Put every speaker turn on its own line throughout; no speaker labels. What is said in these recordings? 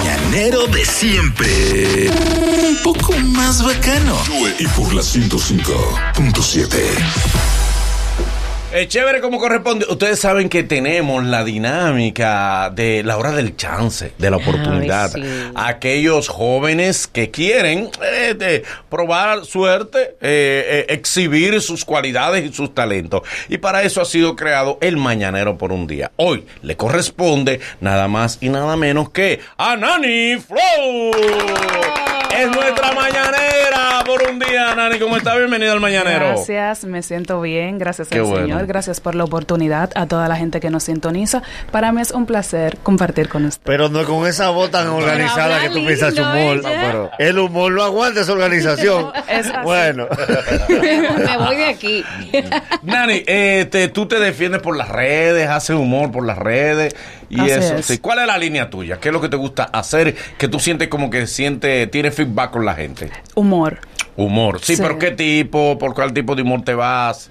mañanero de siempre. Un poco más bacano.
Y por la 105.7.
Es Eh, chévere como corresponde. Ustedes saben que tenemos la dinámica de la hora del chance, de la oportunidad.
Ay, sí.
Aquellos jóvenes que quieren eh, de probar suerte, eh, eh, exhibir sus cualidades y sus talentos. Y para eso ha sido creado el Mañanero por un día. Hoy le corresponde nada más y nada menos que a Nani Flow. Es nuestra mañanera por un día. Nani, ¿cómo está? Bienvenida al Mañanero.
Gracias, me siento bien, gracias
Qué
al
bueno.
Señor, gracias por la oportunidad a toda la gente que nos sintoniza. Para mí es un placer compartir con usted.
Pero no con esa voz tan organizada
habla
que tú piensas su
lindo
¿eh?
humor.
ella.
No, pero el humor lo aguanta esa organización.
Es así.
bueno,
Me voy de aquí.
Nani, eh, te- tú te defiendes por las redes, haces humor por las redes y
Así
eso.
es.
sí. ¿Cuál es la línea tuya? ¿Qué es lo que te gusta hacer? Que tú sientes como que siente, tienes feedback con la gente.
humor.
Humor. Sí,
Sí.
pero ¿qué tipo? ¿Por cuál tipo de humor te vas?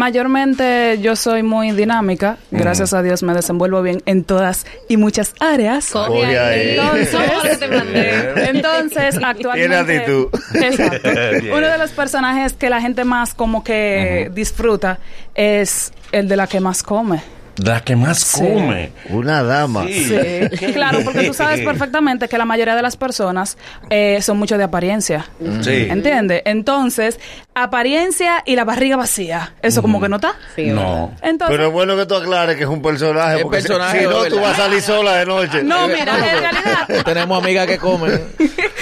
Mayormente yo soy muy dinámica, gracias a Dios me desenvuelvo bien en todas y muchas áreas.
Voy
de
ahí.
Entonces, ¿cómo que te mandé?
Entonces, actualmente.
Tiene actitud.
Exacto.
Bien.
Uno de los personajes que la gente más como que disfruta es el de la que más come.
La que más come.
una dama.
Sí.
Sí, claro, porque tú sabes perfectamente que la mayoría de las personas eh, son mucho de apariencia.
Sí.
¿Entiendes? Entonces, apariencia y la barriga vacía. Eso como que no está.
Sí,
No.
Entonces,
Pero es bueno que tú aclares que es un personaje.
Es
Porque si-
personaje,
si, no,
¿verdad?
tú vas a salir sola de
eh,
noche.
no, mira, en realidad,
Eh, Tenemos amigas que comen.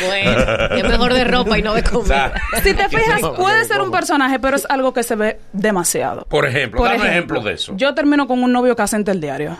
Bueno, es mejor de ropa y no de comida.
si te fijas, puede ser un personaje, pero es algo que se ve demasiado.
Por ejemplo,
Por
dame un
ejemplo,
ejemplo de eso.
Yo termino con un novio que hace el diario.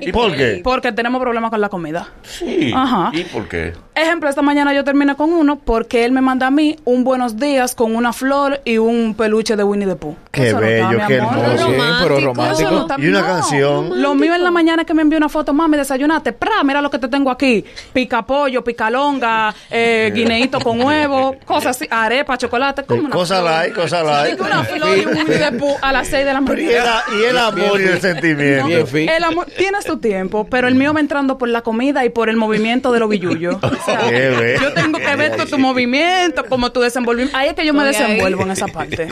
¿Y por qué?
Porque tenemos problemas con la comida.
sí.
Ajá.
¿Y por qué?
Ejemplo, esta mañana yo terminé con uno porque él me manda a mí un buenos días con una flor y un peluche de Winnie the Pooh.
Qué
Eso no está,
bello,
mi
qué
amor.
hermoso.
Bien, pero
Eso no
romántico.
está-
Y una canción.
Lo mío en la mañana que me envió una foto, mami, desayunate, pra, mira lo que te tengo aquí. Pica pollo, picalonga, eh, guineíto con huevo, cosas así, arepa, chocolate, como una
Eh, Cosa
flor.
like, cosa
Y
like.
Una flor y un Winnie the Pooh a las 6 de la
Pero y,
mañana.
el, y el amor y el sentimiento.
Bien, fi.
El amor, tienes tu tiempo, pero el mío me entrando por la comida y por el movimiento de los billullos. O sea,
Qué bello.
yo tengo que ver tu, tu movimiento, como tú desenvolvimiento. Ahí es que yo me
Oye, ahí.
desenvuelvo en esa parte.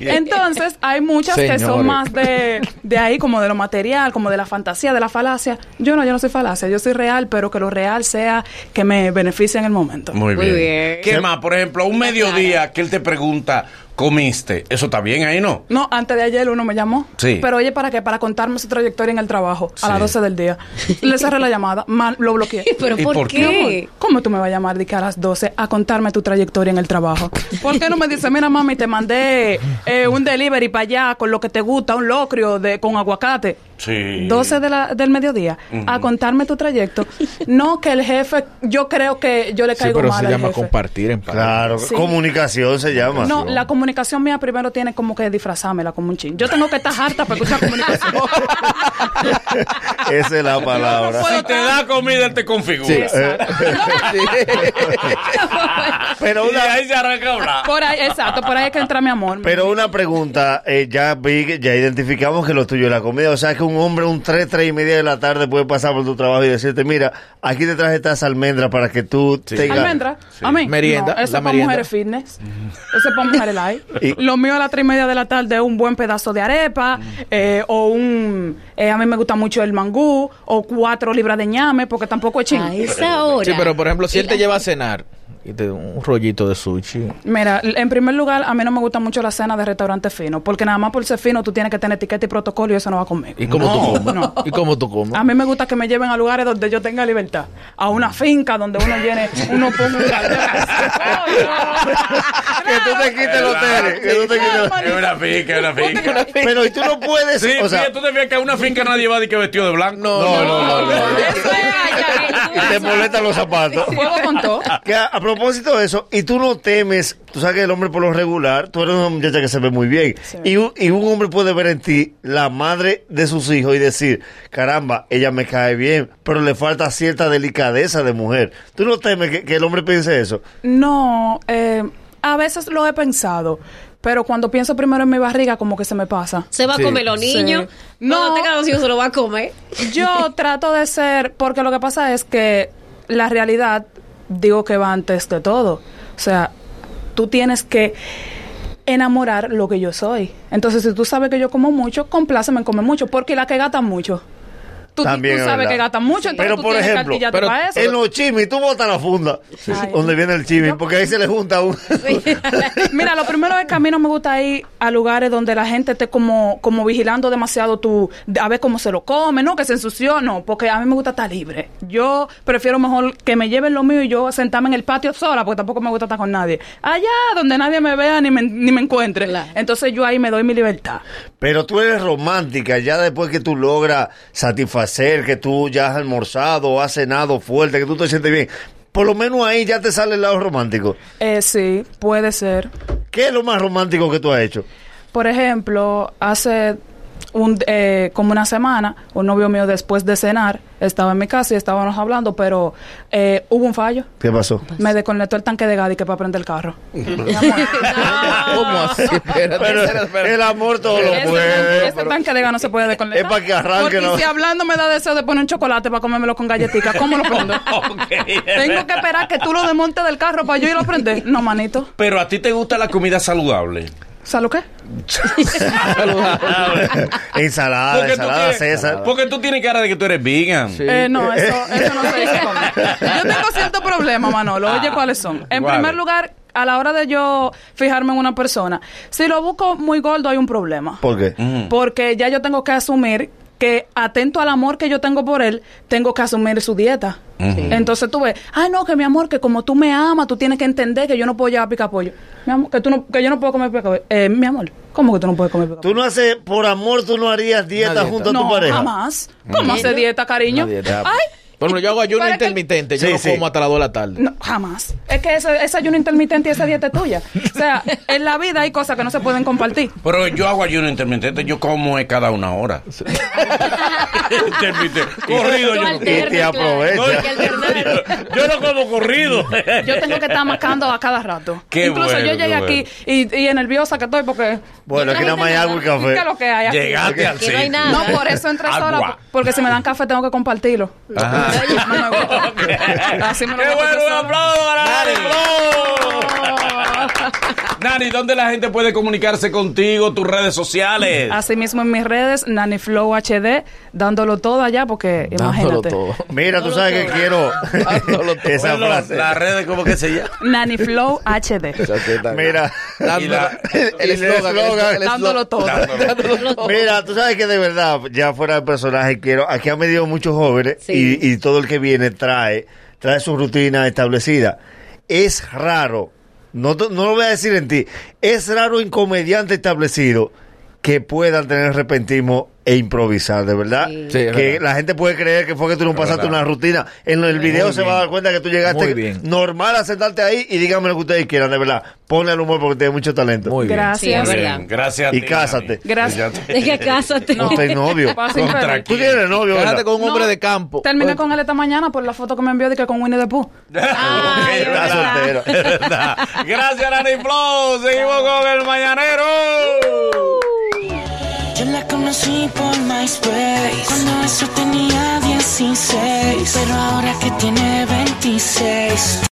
Entonces, hay muchas que
Señores.
son más de, de ahí, como de lo material, como de la fantasía, de la falacia. Yo no, yo no soy falacia, yo soy real, pero que lo real sea que me beneficie en el momento.
Muy
Muy
bien.
bien.
¿Qué más? Por ejemplo, un mediodía que él te pregunta, ¿comiste? Eso está bien ahí, ¿no?
No, antes de ayer uno me llamó.
Sí.
Pero oye, ¿para qué? Para contarme su trayectoria en el trabajo
Sí.
a las 12 del día. Le cerré la llamada, mal, lo bloqueé.
¿Pero
¿Y
por,
por
qué?
¿Cómo tú me vas a llamar de que a las 12 a contarme tu trayectoria en el trabajo? ¿Por qué no me dices, mira mami, te mandé eh, un delivery para allá con lo que te gusta, un locrio de, con aguacate?
Sí.
12 de la- del mediodía a contarme tu trayecto. No que el jefe, yo creo que yo le
Sí,
caigo
pero
mal
se
al
llama
jefe.
compartir en paz.
Claro,
Sí.
comunicación se llama.
No, la comunicación mía primero tiene como que disfrazármela como un chin. Yo tengo que estar harta para escuchar comunicación.
Esa es la palabra.
puedo-
Si te da comida, él te configura.
eh.
Sí.
Pero
Y de
una,
ahí se arranca a hablar.
Por ahí, exacto, por ahí es que entra mi amor.
Pero una pregunta, eh, ya vi, que- ya identificamos que lo tuyo es la comida. O sea, que un hombre un 3, 3 y media de la tarde puede pasar por tu trabajo y decirte, mira, aquí te traje estas almendras para que tú tengas...
Almendra, a mí.
Merienda,
No, eso
la
es para
merienda.
mujeres fitness. Eso es para mujeres light.
Y- Mm.
Lo mío a las tres y media de la tarde es un buen pedazo de arepa eh, o un. eh, a mí me gusta mucho el mangú o cuatro libras de ñame porque tampoco es
A
ching.
esa hora.
Sí, pero por ejemplo, si él te
Y-
lleva a cenar y te da un rollito de sushi.
Mira, l- en primer lugar, a mí no me gusta mucho la cena de restaurante fino porque nada más por ser fino tú tienes que tener etiqueta y protocolo y eso no va conmigo.
¿Y cómo
No.
tú comes?
No. Ah,
¿Y cómo tú comes?
A mí me gusta que me lleven a lugares donde yo tenga libertad. A una finca donde uno llene, uno ponga un caldero.
Que tú te quites los tenis. Que tú te quites los-
Es una finca, es una finca.
Pero y tú no puedes...
Sí,
o sea,
fíjate, tú te fijas que a una finca nadie va de que vestido de blanco.
no, no, no, no.
Eso es allá.
Y te molestan los zapatos.
Fuego con todo.
Que a, a propósito de eso, y tú no temes, tú sabes que el hombre por lo regular, tú eres una muchacha que se ve muy bien, y, un, y un hombre puede ver en ti la madre de sus hijos y decir, caramba, ella me cae bien, pero le falta cierta delicadeza de mujer. Tú no temes que, que el hombre piense eso.
No, eh, a veces lo he pensado, pero cuando pienso primero en mi barriga, como que se me pasa.
Se va
Sí.
a comer los niños.
Sí. No.
No, tenga los hijos, se lo va a comer.
Yo trato de ser, porque lo que pasa es que la realidad, digo que va antes de todo. O sea, tú tienes que enamorar lo que yo soy. Entonces, si tú sabes que yo como mucho, compláceme en comer mucho, porque la que gata mucho. Tú, tú
También es
sabes
verdad.
que gata mucho, entonces
Pero,
tú
por
tienes que
ejemplo,
artillarte
pero
para eso.
En los chimis, tú botas la funda.
Ay.
Donde viene el chimi, porque ahí se le junta un.
Mira, lo primero es que a mí no me gusta ir a lugares donde la gente esté como, como vigilando demasiado tu, a ver cómo se lo come, no, que se ensució, no, porque a mí me gusta estar libre. Yo prefiero mejor que me lleven lo mío y yo sentarme en el patio sola, porque tampoco me gusta estar con nadie. Allá donde nadie me vea ni me, ni me encuentre.
Claro.
Entonces yo ahí me doy mi libertad.
Pero tú eres romántica, ya después que tú logras satisfacer, que tú ya has almorzado, has cenado fuerte, que tú te sientes bien. Por lo menos ahí ya te sale el lado romántico.
Eh, sí, puede ser.
¿Qué es lo más romántico que tú has hecho?
Por ejemplo, hace un, eh, como una semana, un novio mío después de cenar estaba en mi casa y estábamos hablando, pero eh, hubo un fallo.
¿Qué pasó?
Me desconectó el tanque de gas y que para prender el carro.
¿Cómo así?
Ah.
Espérate,
Pero
espérate, espérate.
el amor todo lo
Ese,
puede.
ese
pero-
tanque de gas no se puede desconectar.
Es para que arranque
Porque
la-
si hablando me da deseo de poner un chocolate para comérmelo con galletitas, ¿cómo lo prendo? Tengo que esperar que tú lo desmontes del carro para yo ir a prender. No, manito.
Pero a ti te gusta la comida saludable.
¿Sabes lo qué?
Eh, Ah, ensalada, Ah, ensalada,
tienes,
César.
porque tú tienes cara de que tú eres vegan.
Sí.
Eh, no, eso, eso no se dice comer. Yo tengo ciertos problemas, Manolo.
Ah,
Oye, ¿cuáles son? En
¿Cuáles?
primer lugar, a la hora de yo fijarme en una persona, si lo busco muy gordo hay un problema.
¿Por qué?
Mm.
Porque ya yo tengo que asumir que atento al amor que yo tengo por él, tengo que asumir su dieta. Entonces tú ves, ay no, que mi amor, que como tú me amas, tú tienes que entender que yo no puedo llevar pica pollo. Mi amor, que, tú no, que yo no puedo comer pica pollo. Eh, mi amor, ¿cómo que tú no puedes comer pica
Tú no haces, por amor, tú no harías dieta,
dieta.
junto a tu
no,
pareja.
jamás. ¿Cómo hace dieta, cariño?
Una dieta.
Ay,
Por ejemplo, yo hago ayuno
Para que-
intermitente. Yo
Sí,
no
sí.
como hasta las 2 de la tarde.
no, jamás. Es que ese, ese ayuno intermitente y esa dieta es tuya. O sea, en la vida hay cosas que no se pueden compartir.
Pero yo hago ayuno intermitente, yo como eh, cada una hora. intermitente. Corrido yo no
alternas.
como.
y te aprovecha.
Claro, hay que alternar.
Yo no como corrido.
Yo tengo que estar marcando a cada rato.
Qué
Incluso
bueno,
yo llegué
qué bueno.
aquí y, y nerviosa que estoy porque...
Bueno,
Yo
aquí nada más hay agua y
¿Qué es
café.
lo que hay aquí?
Llegaste al
Que no hay
sitio.
nada.
No, por eso entré sola,
Agua.
por- porque si me dan café tengo que compartirlo.
Ajá.
No me gusta. Así me lo
Qué
voy a hacer
bueno, un
sola.
aplauso para Nani. Nani, ¿dónde la gente puede comunicarse contigo? Tus redes sociales.
Así mismo en mis redes, NaniFlow HD, dándolo todo allá porque
Dándolo
imagínate.
todo.
Mira, tú sabes que quiero
Dándolo todo.
esa
Bueno,
frase.
Las redes, ¿cómo que se llama?
NaniFlow HD.
Mira,
Y la-
el
y el
el eslogan.
eslogan.
el
Dándolo
eslogan.
todo.
Dándolo todo.
mira, tú sabes que de verdad, ya fuera de personaje, quiero. Aquí han venido muchos jóvenes
Sí.
y, y todo el que viene trae, trae su rutina establecida. Es raro, no, te- no lo voy a decir en ti, es raro un comediante establecido que puedan tener repentismo e improvisar, de verdad.
Sí.
Sí, es
que
verdad.
la gente puede creer que fue que tú no pasaste
verdad.
una rutina. En el video se va a dar cuenta que tú
Muy
llegaste
bien.
normal a sentarte ahí y díganme lo que ustedes quieran, de verdad. Ponle el humor porque tiene mucho talento.
Muy bien.
Sí, es
Gracias.
verdad.
Bien, Gracias. a
Y
ti,
cásate.
Nani.
Gracias.
Ya te-
Es que cásate.
No, usted es novio.
Pasa infeliz.
Contra-
Tú tienes novio,
Cásate
¿verdad?
con un hombre
No,
de campo.
Terminé con él esta mañana por la foto que me envió de que con Winnie the Pooh. Ah.
Ay,
Ok,
es
Está
verdad.
soltero.
Es verdad. Gracias, Nani Flow. Seguimos con el mañanero.
Yo la conocí por MySpace Cuando eso tenía 16 Pero ahora que tiene 26